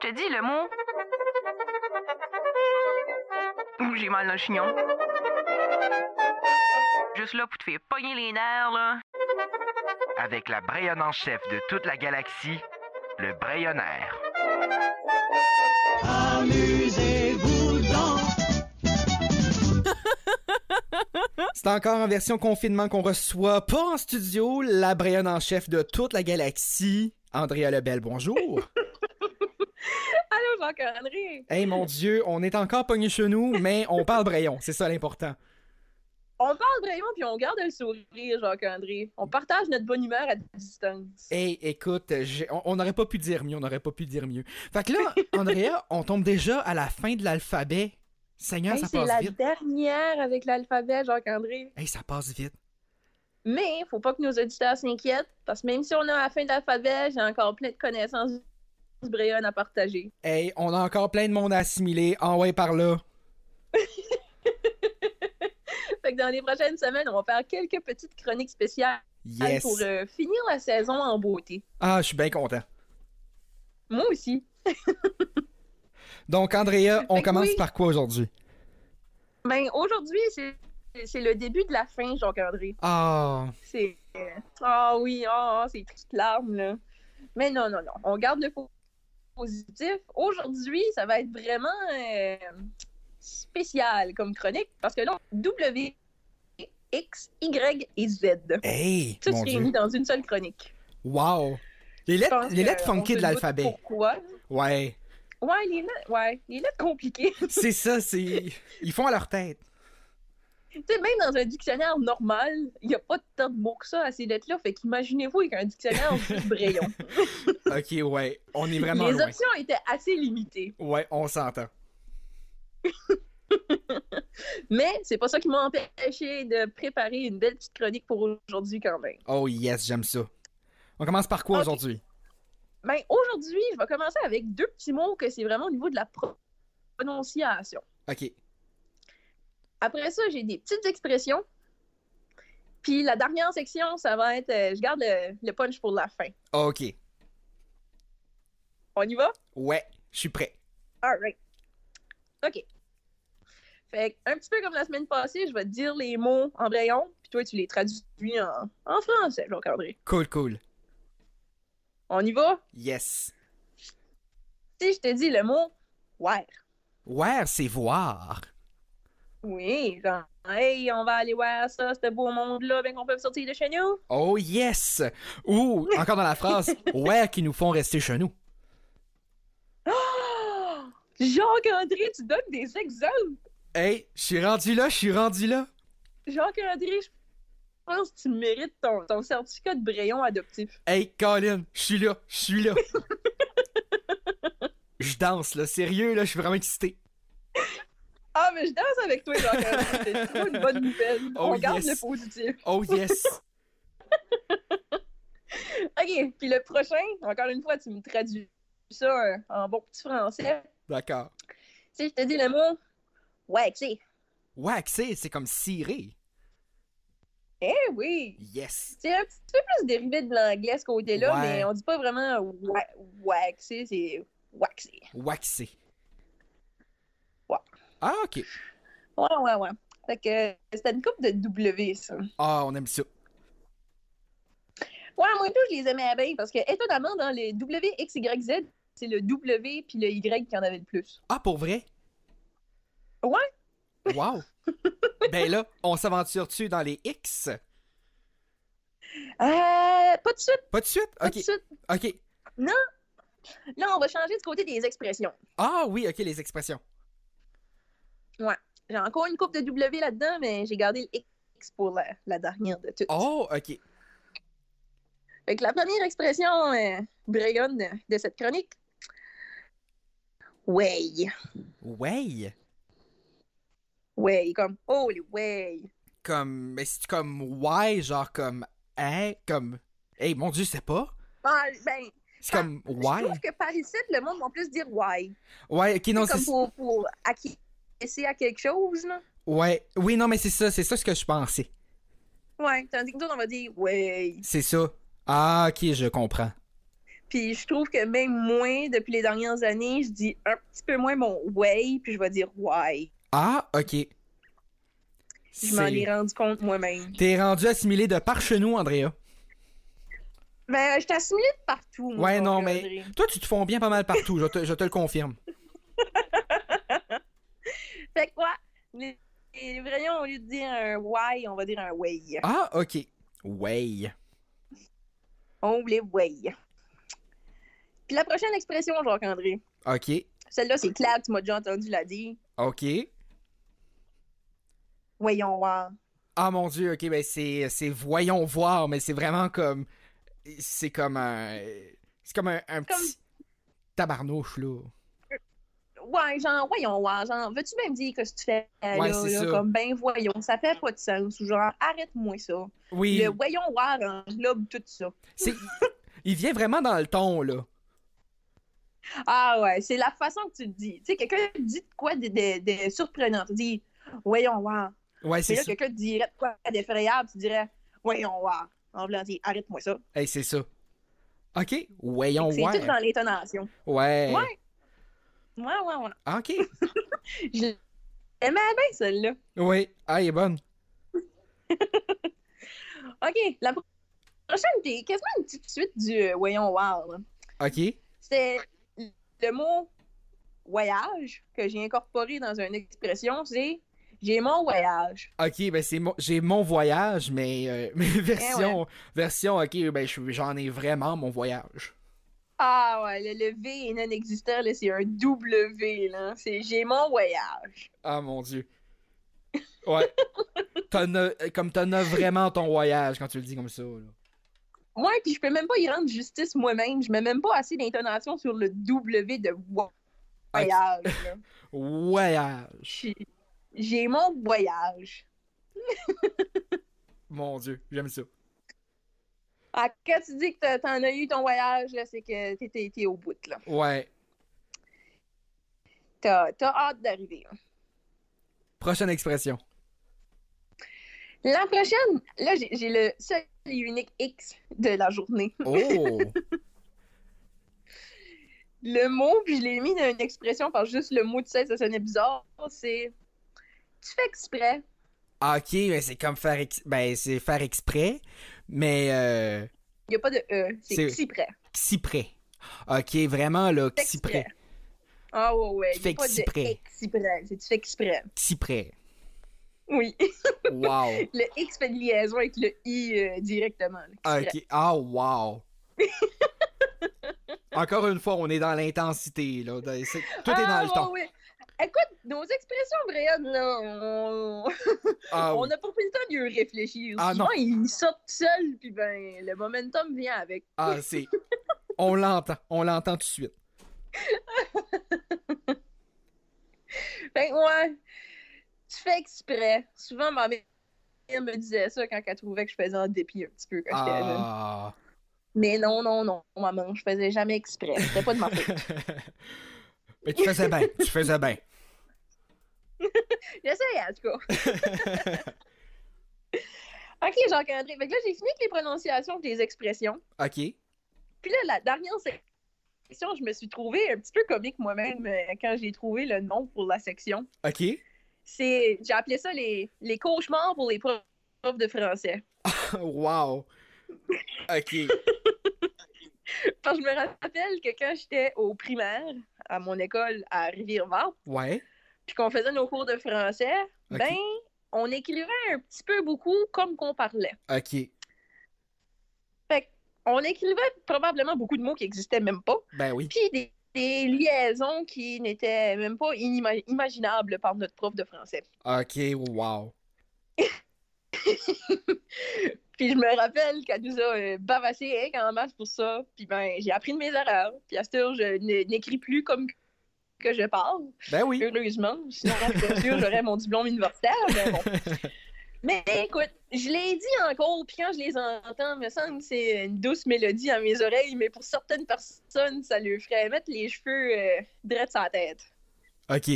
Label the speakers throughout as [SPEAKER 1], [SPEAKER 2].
[SPEAKER 1] te dis le mot. Ouh, j'ai mal dans le chignon. Juste là pour te faire pogner les nerfs, là.
[SPEAKER 2] Avec la Brayonne en chef de toute la galaxie, le Brayonnaire.
[SPEAKER 3] Amusez-vous donc.
[SPEAKER 4] C'est encore en version confinement qu'on reçoit, pas en studio, la Brayonne en chef de toute la galaxie, Andrea Lebel. Bonjour.
[SPEAKER 5] Allô, Jean-André.
[SPEAKER 4] hey mon Dieu, on est encore pogné chez nous, mais on parle Brayon, c'est ça l'important.
[SPEAKER 5] On parle vraiment puis on garde un sourire, Jean-André. On partage notre bonne humeur à distance.
[SPEAKER 4] Hey, écoute, j'ai- on- on n'aurait pas pu dire mieux, on n'aurait pas pu dire mieux. Fait que là, Andrea, on tombe déjà à la fin de l'alphabet. Seigneur,
[SPEAKER 5] Hey,
[SPEAKER 4] ça
[SPEAKER 5] c'est
[SPEAKER 4] passe
[SPEAKER 5] la
[SPEAKER 4] vite.
[SPEAKER 5] dernière avec l'alphabet, Jean-André.
[SPEAKER 4] Hey, ça passe vite.
[SPEAKER 5] Mais faut pas que nos auditeurs s'inquiètent, parce que même si on est à la fin de l'alphabet, j'ai encore plein de connaissances bréonnes à partager.
[SPEAKER 4] Hey, on a encore plein de monde à assimiler, en ouais par là.
[SPEAKER 5] Fait que dans les prochaines semaines, on va faire quelques petites chroniques spéciales
[SPEAKER 4] Yes.
[SPEAKER 5] pour euh, finir la saison en beauté.
[SPEAKER 4] Ah, je suis bien content.
[SPEAKER 5] Moi aussi.
[SPEAKER 4] Donc, Andrea, on
[SPEAKER 5] Fait que
[SPEAKER 4] commence
[SPEAKER 5] oui.
[SPEAKER 4] par quoi aujourd'hui?
[SPEAKER 5] Ben, aujourd'hui, c'est c'est le début de la fin, Jean-André.
[SPEAKER 4] Ah,
[SPEAKER 5] C'est. Ah oui, ah, ah, c'est triste larme, là. Mais non, non, non. On garde le po- positif. Aujourd'hui, ça va être vraiment euh, spécial comme chronique parce que là, W, X, Y et Z.
[SPEAKER 4] hey,
[SPEAKER 5] Tout
[SPEAKER 4] mon
[SPEAKER 5] se
[SPEAKER 4] Dieu.
[SPEAKER 5] réunit dans une seule chronique.
[SPEAKER 4] Wow! Les
[SPEAKER 5] Je
[SPEAKER 4] lettres,
[SPEAKER 5] pense
[SPEAKER 4] les lettres
[SPEAKER 5] que on se
[SPEAKER 4] funky de
[SPEAKER 5] doute
[SPEAKER 4] l'alphabet.
[SPEAKER 5] Pourquoi?
[SPEAKER 4] Ouais.
[SPEAKER 5] Ouais, les lettres, ouais, les lettres compliquées.
[SPEAKER 4] C'est ça, c'est. Ils font à leur tête.
[SPEAKER 5] tu sais, même dans un dictionnaire normal, il n'y a pas tant de mots que ça à ces lettres-là. Fait qu'imaginez-vous avec un dictionnaire juste brayon.
[SPEAKER 4] Ok, ouais. On est vraiment
[SPEAKER 5] Les
[SPEAKER 4] loin.
[SPEAKER 5] options étaient assez limitées.
[SPEAKER 4] Ouais, on s'entend.
[SPEAKER 5] Mais c'est pas ça qui m'a empêché de préparer une belle petite chronique pour aujourd'hui quand même.
[SPEAKER 4] Oh yes, j'aime ça. On commence par quoi
[SPEAKER 5] Ok.
[SPEAKER 4] aujourd'hui?
[SPEAKER 5] Ben aujourd'hui, je vais commencer avec deux petits mots que c'est vraiment au niveau de la pro- prononciation.
[SPEAKER 4] Ok.
[SPEAKER 5] Après ça, j'ai des petites expressions. Puis la dernière section, ça va être euh, je garde le, le punch pour la fin.
[SPEAKER 4] Ok.
[SPEAKER 5] On y va?
[SPEAKER 4] Ouais, je suis prêt.
[SPEAKER 5] Alright. OK. Fait que, un petit peu comme la semaine passée, je vais te dire les mots en braillon, puis toi tu les traduis en, en français, Jean-André.
[SPEAKER 4] Cool, cool.
[SPEAKER 5] On y va?
[SPEAKER 4] Yes.
[SPEAKER 5] Si je te dis le mot where.
[SPEAKER 4] Where, c'est voir.
[SPEAKER 5] Oui, genre, hey, on va aller voir ça, ce beau monde-là, bien qu'on peut sortir de chez nous.
[SPEAKER 4] Oh yes! Ou, encore dans la phrase, where qui nous font rester chez nous.
[SPEAKER 5] Jean-André, tu donnes des exemples.
[SPEAKER 4] Hey, je suis rendu là, je suis rendu là.
[SPEAKER 5] Jean-André, je pense que tu mérites ton, ton certificat de Brayon adoptif.
[SPEAKER 4] Hey, Colin, je suis là, je suis là. Je danse, là, sérieux, là, je suis vraiment excité.
[SPEAKER 5] Ah, mais je danse avec toi, Jean-André. C'est trop une bonne nouvelle.
[SPEAKER 4] Oh,
[SPEAKER 5] on garde
[SPEAKER 4] yes.
[SPEAKER 5] le positif.
[SPEAKER 4] Oh yes!
[SPEAKER 5] OK, puis le prochain, encore une fois, tu me traduis ça euh, en bon petit français.
[SPEAKER 4] D'accord.
[SPEAKER 5] Si je te dis le mot, ouais, tu sais.
[SPEAKER 4] Waxé, c'est comme ciré.
[SPEAKER 5] Eh oui!
[SPEAKER 4] Yes!
[SPEAKER 5] C'est un petit peu plus dérivé de l'anglais ce côté-là,
[SPEAKER 4] Ouais.
[SPEAKER 5] mais on dit pas vraiment wa- waxé, c'est waxé.
[SPEAKER 4] Waxé.
[SPEAKER 5] Ouais.
[SPEAKER 4] Ah, ok.
[SPEAKER 5] Ouais, ouais, ouais. Fait que euh, c'était une coupe de W, ça.
[SPEAKER 4] Ah, on aime ça.
[SPEAKER 5] Ouais, moi et tout, je les aimais bien parce que étonnamment, dans les W, X, Y, Z, c'est le W puis le Y qui en avait le plus.
[SPEAKER 4] Ah, pour vrai?
[SPEAKER 5] Ouais.
[SPEAKER 4] Wow! ben là, on s'aventure-tu dans les X?
[SPEAKER 5] Euh, pas de suite,
[SPEAKER 4] Pas de suite?
[SPEAKER 5] pas
[SPEAKER 4] Ok,
[SPEAKER 5] de suite.
[SPEAKER 4] ok.
[SPEAKER 5] Là, on va changer du côté des expressions.
[SPEAKER 4] Ah oui, ok, les expressions.
[SPEAKER 5] J'ai encore une coupe de W là-dedans, mais j'ai gardé le X pour la, la dernière de toutes.
[SPEAKER 4] Oh, ok.
[SPEAKER 5] Fait que la première expression euh, brayonne de cette chronique, way.
[SPEAKER 4] Way?
[SPEAKER 5] Way, comme oh les way.
[SPEAKER 4] Comme, mais c'est comme why, genre comme hein, comme. Hey, mon dieu, c'est pas.
[SPEAKER 5] Ah, ben,
[SPEAKER 4] C'est comme why.
[SPEAKER 5] je trouve que par ici, le monde va plus dire why.
[SPEAKER 4] Ouais, ok, non,
[SPEAKER 5] C'est comme
[SPEAKER 4] c'est.
[SPEAKER 5] pour, pour acquiescer à quelque chose, là.
[SPEAKER 4] Ouais, oui, non, mais c'est ça, c'est ça ce que je pensais.
[SPEAKER 5] Ouais, tandis que nous, autres, on va dire way.
[SPEAKER 4] C'est ça. Ah, ok, je comprends.
[SPEAKER 5] Puis je trouve que même moins, depuis les dernières années, je dis un petit peu moins mon way, puis je vais dire why.
[SPEAKER 4] Ah, ok.
[SPEAKER 5] Je m'en ai
[SPEAKER 4] C'est-
[SPEAKER 5] rendu compte moi-même.
[SPEAKER 4] T'es rendu assimilé de par chez nous, Andrea.
[SPEAKER 5] Ben, je t'assimile de partout. moi,
[SPEAKER 4] Ouais,
[SPEAKER 5] mon
[SPEAKER 4] non,
[SPEAKER 5] gars,
[SPEAKER 4] mais-
[SPEAKER 5] André.
[SPEAKER 4] Toi, tu te fonds bien pas mal partout, je te, je te le confirme.
[SPEAKER 5] Fait que quoi? Les, les Brayons, au lieu de dire un why, on va dire un way.
[SPEAKER 4] Ah, ok. Ouais.
[SPEAKER 5] On les way. Puis la prochaine expression, Jacques-André.
[SPEAKER 4] Ok.
[SPEAKER 5] Celle-là, c'est clair, tu m'as déjà entendu la dire.
[SPEAKER 4] Ok.
[SPEAKER 5] Voyons voir.
[SPEAKER 4] Ah mon dieu, ok, ben c'est, c'est voyons voir, mais c'est vraiment comme. C'est comme un. C'est comme un, un
[SPEAKER 5] Comme-
[SPEAKER 4] petit tabarnouche, là.
[SPEAKER 5] Ouais, genre, voyons voir. Genre, veux-tu bien me dire que ce que tu fais là,
[SPEAKER 4] Ouais, c'est
[SPEAKER 5] là,
[SPEAKER 4] ça.
[SPEAKER 5] comme ben voyons, ça fait pas de sens. Ou genre, arrête-moi ça.
[SPEAKER 4] Oui.
[SPEAKER 5] Le voyons voir englobe tout ça.
[SPEAKER 4] C'est... Il vient vraiment dans le ton, là.
[SPEAKER 5] Ah ouais, c'est la façon que tu le dis. Tu sais, quelqu'un dit de quoi de, de- de surprenant. Tu dis, voyons voir.
[SPEAKER 4] Ouais, c'est
[SPEAKER 5] Mais là,
[SPEAKER 4] ça.
[SPEAKER 5] quelqu'un te dirait de quoi d'effrayable, tu dirais, voyons voir. En voulant dire, arrête-moi ça.
[SPEAKER 4] Hey, c'est ça. Ok. Voyons
[SPEAKER 5] C'est
[SPEAKER 4] voir.
[SPEAKER 5] tout dans l'intonation.
[SPEAKER 4] Ouais.
[SPEAKER 5] Ouais. Ouais, ouais, ouais.
[SPEAKER 4] Ah, Ok.
[SPEAKER 5] Je l'aimais bien, celle-là.
[SPEAKER 4] Oui. Ah, il est bonne.
[SPEAKER 5] OK, la pro- prochaine, c'est quasiment une petite suite du euh, voyons wow. là.
[SPEAKER 4] Ok.
[SPEAKER 5] C'est le mot voyage que j'ai incorporé dans une expression, c'est j'ai mon voyage.
[SPEAKER 4] Ok, ben c'est mon... j'ai mon voyage, mais, euh, mais
[SPEAKER 5] Eh
[SPEAKER 4] version, version, ok, ben je suis- j'en ai vraiment mon voyage.
[SPEAKER 5] Ah ouais, le, le V est non existant, là, c'est un W, là. C'est j'ai mon voyage.
[SPEAKER 4] Ah mon dieu. Ouais. t'en as, euh, comme t'en as vraiment ton voyage quand tu le dis comme ça. là.
[SPEAKER 5] Moi, puis je peux même pas y rendre justice moi-même. Je mets même pas assez d'intonation sur le W de wo-
[SPEAKER 4] Ah, tu-
[SPEAKER 5] voyage. là.
[SPEAKER 4] Voyage.
[SPEAKER 5] J'ai- J'ai mon voyage.
[SPEAKER 4] Mon dieu, j'aime ça.
[SPEAKER 5] Ah, quand tu dis que t'as- t'en as eu ton voyage, là, c'est que t'es- t'es t'es au bout, là.
[SPEAKER 4] Ouais.
[SPEAKER 5] T'as t'as hâte d'arriver. là.
[SPEAKER 4] Prochaine expression.
[SPEAKER 5] La prochaine, là, j'ai j'ai le seul et unique X de la journée.
[SPEAKER 4] Oh!
[SPEAKER 5] Le mot, puis je l'ai mis dans une expression parce que juste le mot, tu sais, ça sonnait bizarre, c'est... Tu fais exprès.
[SPEAKER 4] ok, mais c'est comme faire, ex- ben, c'est faire exprès, mais euh,
[SPEAKER 5] Il n'y a pas de E, c'est
[SPEAKER 4] C'est-
[SPEAKER 5] exprès.
[SPEAKER 4] si près. Ok, vraiment là,
[SPEAKER 5] Tu fais
[SPEAKER 4] si près.
[SPEAKER 5] Ah ouais, ouais,
[SPEAKER 4] Tu
[SPEAKER 5] il
[SPEAKER 4] fais
[SPEAKER 5] n'y a pas
[SPEAKER 4] exprès.
[SPEAKER 5] de exprès, c'est tu fais exprès.
[SPEAKER 4] Si près.
[SPEAKER 5] Oui,
[SPEAKER 4] Wow.
[SPEAKER 5] le X fait une liaison avec le I euh, directement. là,
[SPEAKER 4] Ah,
[SPEAKER 5] exprès.
[SPEAKER 4] ok. Ah, wow. Encore une fois, on est dans l'intensité, là. Dans- c'est- Tout est dans
[SPEAKER 5] Ah,
[SPEAKER 4] le temps.
[SPEAKER 5] ouais, ouais. Écoute, nos expressions, Brian, là, on...
[SPEAKER 4] Ah,
[SPEAKER 5] on
[SPEAKER 4] oui.
[SPEAKER 5] n'a pas pris le temps de lui réfléchir.
[SPEAKER 4] Ah,
[SPEAKER 5] Souvent,
[SPEAKER 4] non.
[SPEAKER 5] ils sortent seuls, puis ben, le momentum vient avec.
[SPEAKER 4] Ah, c'est. On l'entend. On l'entend tout de suite.
[SPEAKER 5] Fait que, Ben, ouais, tu fais exprès. Souvent, ma mère me disait ça quand elle trouvait que je faisais en dépit un petit peu quand j'étais jeune.
[SPEAKER 4] Ah.
[SPEAKER 5] Mais non, non, non, maman, je faisais jamais exprès. C'était pas de ma faute.
[SPEAKER 4] Mais tu faisais bien. Tu faisais bien.
[SPEAKER 5] J'essayais, en tout cas. OK, Jacques-André. Fait que là, j'ai fini avec les prononciations des expressions.
[SPEAKER 4] Ok.
[SPEAKER 5] Puis là, la dernière section, je me suis trouvée un petit peu comique moi-même euh, quand j'ai trouvé le nom pour la section.
[SPEAKER 4] Ok.
[SPEAKER 5] c'est j'ai appelé ça les, les cauchemars pour les profs de français.
[SPEAKER 4] Wow. Ok.
[SPEAKER 5] Parce que je me rappelle que quand j'étais au primaire à mon école à Rivière-Vert,
[SPEAKER 4] Ouais.
[SPEAKER 5] puis qu'on faisait nos cours de français,
[SPEAKER 4] Ok.
[SPEAKER 5] ben on écrivait un petit peu beaucoup comme qu'on parlait.
[SPEAKER 4] Ok.
[SPEAKER 5] On écrivait probablement beaucoup de mots qui n'existaient même pas,
[SPEAKER 4] Ben oui.
[SPEAKER 5] puis des, des liaisons qui n'étaient même pas inimaginables imaginables par notre prof de français.
[SPEAKER 4] Ok. Wow.
[SPEAKER 5] Puis je me rappelle qu'elle nous a euh, bavassé hein, en masse pour ça. Puis ben, j'ai appris de mes erreurs. Puis à ce jour, je n- n'écris plus comme que je parle,
[SPEAKER 4] Ben oui.
[SPEAKER 5] heureusement. Sinon, c'est sûr, j'aurais mon diplôme universitaire. Mais, bon. mais écoute, je l'ai dit encore, puis quand je les entends, il me semble que c'est une douce mélodie à mes oreilles. Mais pour certaines personnes, ça leur ferait mettre les cheveux euh, drettes sur la tête.
[SPEAKER 4] Ok.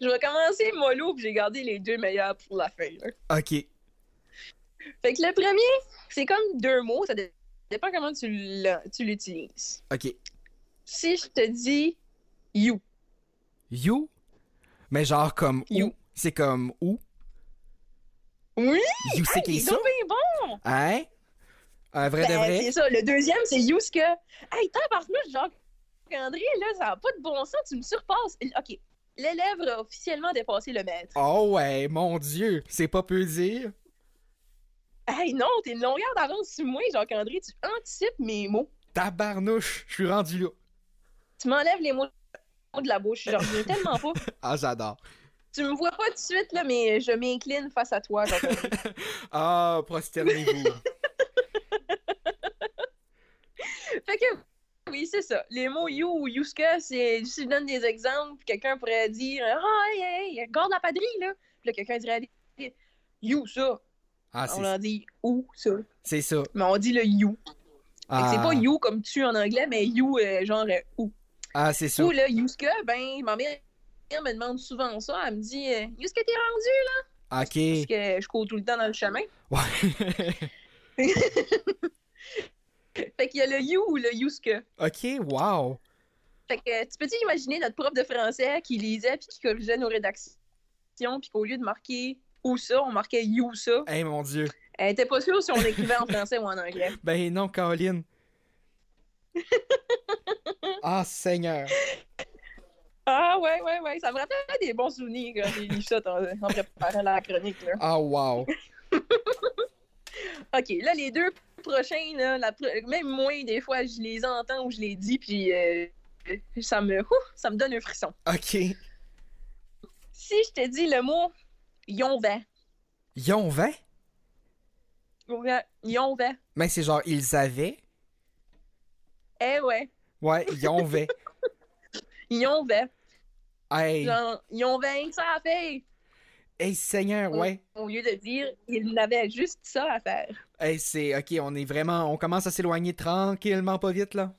[SPEAKER 5] Je vais commencer mollo, puis j'ai gardé les deux meilleurs pour la fin. hein. là.
[SPEAKER 4] Ok.
[SPEAKER 5] Fait que le premier, c'est comme deux mots, ça dé- dépend comment tu l'as- tu l'utilises.
[SPEAKER 4] Ok.
[SPEAKER 5] Si je te dis you,
[SPEAKER 4] You? Mais genre comme
[SPEAKER 5] You.
[SPEAKER 4] où? C'est comme où?
[SPEAKER 5] oui,
[SPEAKER 4] You, c'est qui
[SPEAKER 5] c'est
[SPEAKER 4] ça?
[SPEAKER 5] donc bien bon.
[SPEAKER 4] Hein? Un vrai de
[SPEAKER 5] Ben,
[SPEAKER 4] vrai?
[SPEAKER 5] C'est ça. Le deuxième, c'est Youska. Hey, tabarnouche, Jacques-André, là, ça n'a pas de bon sens, tu me surpasses. OK. L'élève a officiellement dépassé le maître.
[SPEAKER 4] Oh ouais, mon dieu, c'est pas peu dire.
[SPEAKER 5] Hey, non, t'es une longueur d'avance sur moi, Jacques-André. Tu anticipes mes mots.
[SPEAKER 4] Tabarnouche, je suis rendu là.
[SPEAKER 5] Tu m'enlèves les mots de la bouche. Je reviens tellement pas.
[SPEAKER 4] Ah, j'adore.
[SPEAKER 5] Tu me vois pas tout de suite, là, mais je m'incline face à toi, Jacques-André.
[SPEAKER 4] Ah, prosternez-vous.
[SPEAKER 5] fait que, oui, c'est ça. Les mots you ou Youska, c'est. Si je donne des exemples, quelqu'un pourrait dire Ah, hey, hey, garde la padrille, là. Puis là, quelqu'un dirait You, ça.
[SPEAKER 4] Ah,
[SPEAKER 5] on
[SPEAKER 4] c'est-
[SPEAKER 5] en dit ou, ça.
[SPEAKER 4] c'est ça.
[SPEAKER 5] Mais on dit le you. Fait que
[SPEAKER 4] Ah,
[SPEAKER 5] C'est pas you comme tu en anglais, mais you, euh, genre euh, ou.
[SPEAKER 4] Ah, c'est ça.
[SPEAKER 5] Ou là, Yuska, ben, ma mère elle me demande souvent ça. Elle me dit, euh, Yuska, t'es rendu?
[SPEAKER 4] Ok.
[SPEAKER 5] Parce que je cours tout le temps dans le chemin.
[SPEAKER 4] Ouais.
[SPEAKER 5] Fait qu'il y a le you ou le Yuska.
[SPEAKER 4] ok, wow.
[SPEAKER 5] Fait que euh, tu peux-tu imaginer notre prof de français qui lisait puis qui corrigeait nos rédactions, puis qu'au lieu de marquer ou ça, on marquait you ça.
[SPEAKER 4] Eh mon dieu.
[SPEAKER 5] Elle était pas sûre si on écrivait en français ou en anglais.
[SPEAKER 4] Ben non, Caroline. ah, Seigneur.
[SPEAKER 5] Ah ouais, ouais, ouais. Ça me rappelait des bons souvenirs quand j'ai lu ça en, en préparant la chronique, là.
[SPEAKER 4] Ah, wow.
[SPEAKER 5] OK, là, les deux prochains, là, la pro- même moi, des fois, je les entends ou je les dis, puis euh, ça, me, ouf, ça me donne un frisson.
[SPEAKER 4] Ok.
[SPEAKER 5] Si je te dis le mot yonvin,
[SPEAKER 4] Yon 20?
[SPEAKER 5] ouais, yonvin,
[SPEAKER 4] Mais Ben, c'est genre, ils avaient.
[SPEAKER 5] eh ouais,
[SPEAKER 4] Ouais, yon 20.
[SPEAKER 5] yonvin,
[SPEAKER 4] Hey.
[SPEAKER 5] genre yonvin, ça a fait,
[SPEAKER 4] Hey, Seigneur, ouais.
[SPEAKER 5] au lieu de dire il n'avait juste ça à faire.
[SPEAKER 4] Hey, c'est ok, on est vraiment, on commence à s'éloigner tranquillement, pas vite là.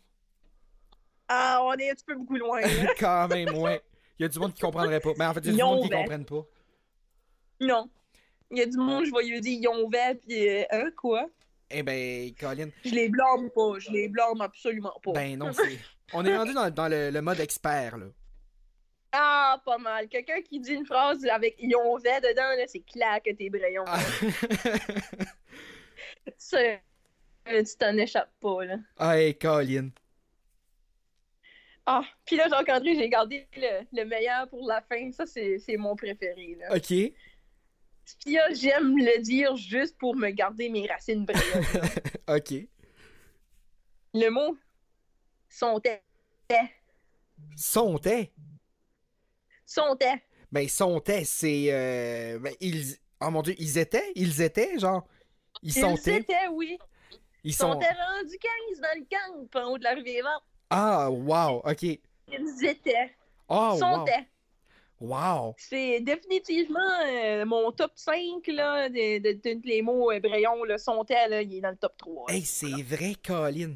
[SPEAKER 5] Ah, on est un petit peu beaucoup loin, là.
[SPEAKER 4] Quand même, ouais. Il y a du monde qui comprendrait pas. Mais en fait, il y a du
[SPEAKER 5] Yon,
[SPEAKER 4] monde qui
[SPEAKER 5] ben.
[SPEAKER 4] comprennent pas.
[SPEAKER 5] non. Il y a du monde, je vais lui dire yonvin, puis euh, hein, quoi?
[SPEAKER 4] Eh ben, Colin,
[SPEAKER 5] Je les blâme pas, je les blâme absolument pas.
[SPEAKER 4] ben non, c'est. On est rendu dans, dans le, le mode expert là.
[SPEAKER 5] Ah, pas mal. Quelqu'un qui dit une phrase avec ion V dedans, là, c'est clair que t'es braillon.
[SPEAKER 4] Ah,
[SPEAKER 5] Ça, euh, tu t'en échappes pas, là.
[SPEAKER 4] hey, Colin.
[SPEAKER 5] Ah, puis là, Jacques-André, j'ai gardé le, le meilleur pour la fin. Ça, c'est c'est mon préféré, là.
[SPEAKER 4] Ok.
[SPEAKER 5] Puis là, j'aime le dire juste pour me garder mes racines braillonnes.
[SPEAKER 4] Ok.
[SPEAKER 5] le mot sont-elles.
[SPEAKER 4] Sontait.
[SPEAKER 5] Sont-elles.
[SPEAKER 4] Ben sontait, c'est. euh, ben, ils. Oh mon dieu, ils étaient, ils étaient genre. Ils
[SPEAKER 5] Ils
[SPEAKER 4] sontaient.
[SPEAKER 5] s'étaient, oui.
[SPEAKER 4] Ils
[SPEAKER 5] Ils
[SPEAKER 4] sont.
[SPEAKER 5] sont-elles rendus 15 dans le camp, en haut de la rivière.
[SPEAKER 4] Ah wow, ok.
[SPEAKER 5] Ils étaient.
[SPEAKER 4] Oh wow.
[SPEAKER 5] sont-elles.
[SPEAKER 4] Wow.
[SPEAKER 5] C'est définitivement euh, mon top 5 là, de, de- de- les mots euh, Brayon, là, son tel, là, il est dans le top 3.
[SPEAKER 4] Hey, c'est vrai, Colin.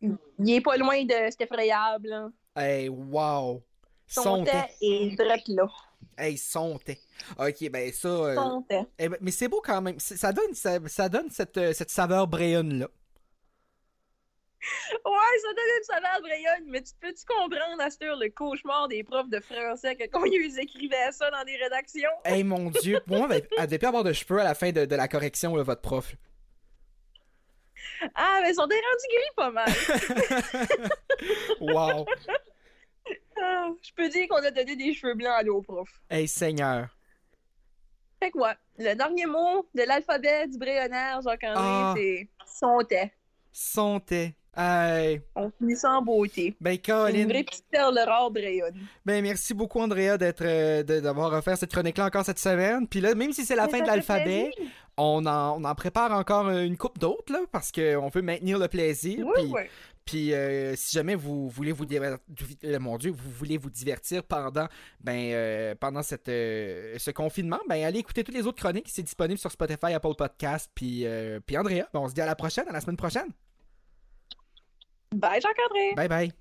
[SPEAKER 5] Il est pas loin de c'est effrayable. là.
[SPEAKER 4] Hey, wow.
[SPEAKER 5] Son
[SPEAKER 4] Sontait.
[SPEAKER 5] tel est direct là.
[SPEAKER 4] Hey, sontait. Ok, ben ça. euh,
[SPEAKER 5] Son tel.
[SPEAKER 4] eh ben, mais c'est beau quand même. C'est- Ça donne, ça, ça donne cette, euh, cette saveur Bréon là.
[SPEAKER 5] Ouais, ça donne une saveur Brayon, mais tu peux-tu comprendre, Astur, le cauchemar des profs de français que quand ils écrivaient ça dans des rédactions?
[SPEAKER 4] Hey mon dieu, pour moi, elle elle devait plus avoir de cheveux à la fin de, de la correction, là, votre prof.
[SPEAKER 5] Ah, mais ils sont des rendus gris pas mal.
[SPEAKER 4] Wow.
[SPEAKER 5] Ah, Je peux dire qu'on a donné des cheveux blancs à nos profs.
[SPEAKER 4] Hey Seigneur.
[SPEAKER 5] Fait quoi? Le dernier mot de l'alphabet du Brayonnaire, Jacques-André,
[SPEAKER 4] Ah.
[SPEAKER 5] c'est son tel.
[SPEAKER 4] Sontait. Hey.
[SPEAKER 5] On finit ça en beauté.
[SPEAKER 4] Ben
[SPEAKER 5] Une
[SPEAKER 4] Colin.
[SPEAKER 5] vraie petite perle rare, Brayonne.
[SPEAKER 4] Ben merci beaucoup Andrea d'être euh, de- d'avoir offert cette chronique là encore cette semaine. Puis là, même si c'est la fin de l'alphabet, on en, on en prépare encore euh, une coupe d'autres là parce qu'on peut maintenir le plaisir.
[SPEAKER 5] Oui,
[SPEAKER 4] puis-
[SPEAKER 5] oui.
[SPEAKER 4] Puis euh, si jamais vous voulez vous divertir, euh, mon Dieu, vous voulez vous divertir pendant ben euh, pendant cette euh, ce confinement, ben allez écouter toutes les autres chroniques, c'est disponible sur Spotify, Apple Podcast, puis euh, puis Andrea, ben, on se dit à la prochaine, à la semaine prochaine.
[SPEAKER 5] Bye, Jacques-André.
[SPEAKER 4] Bye bye.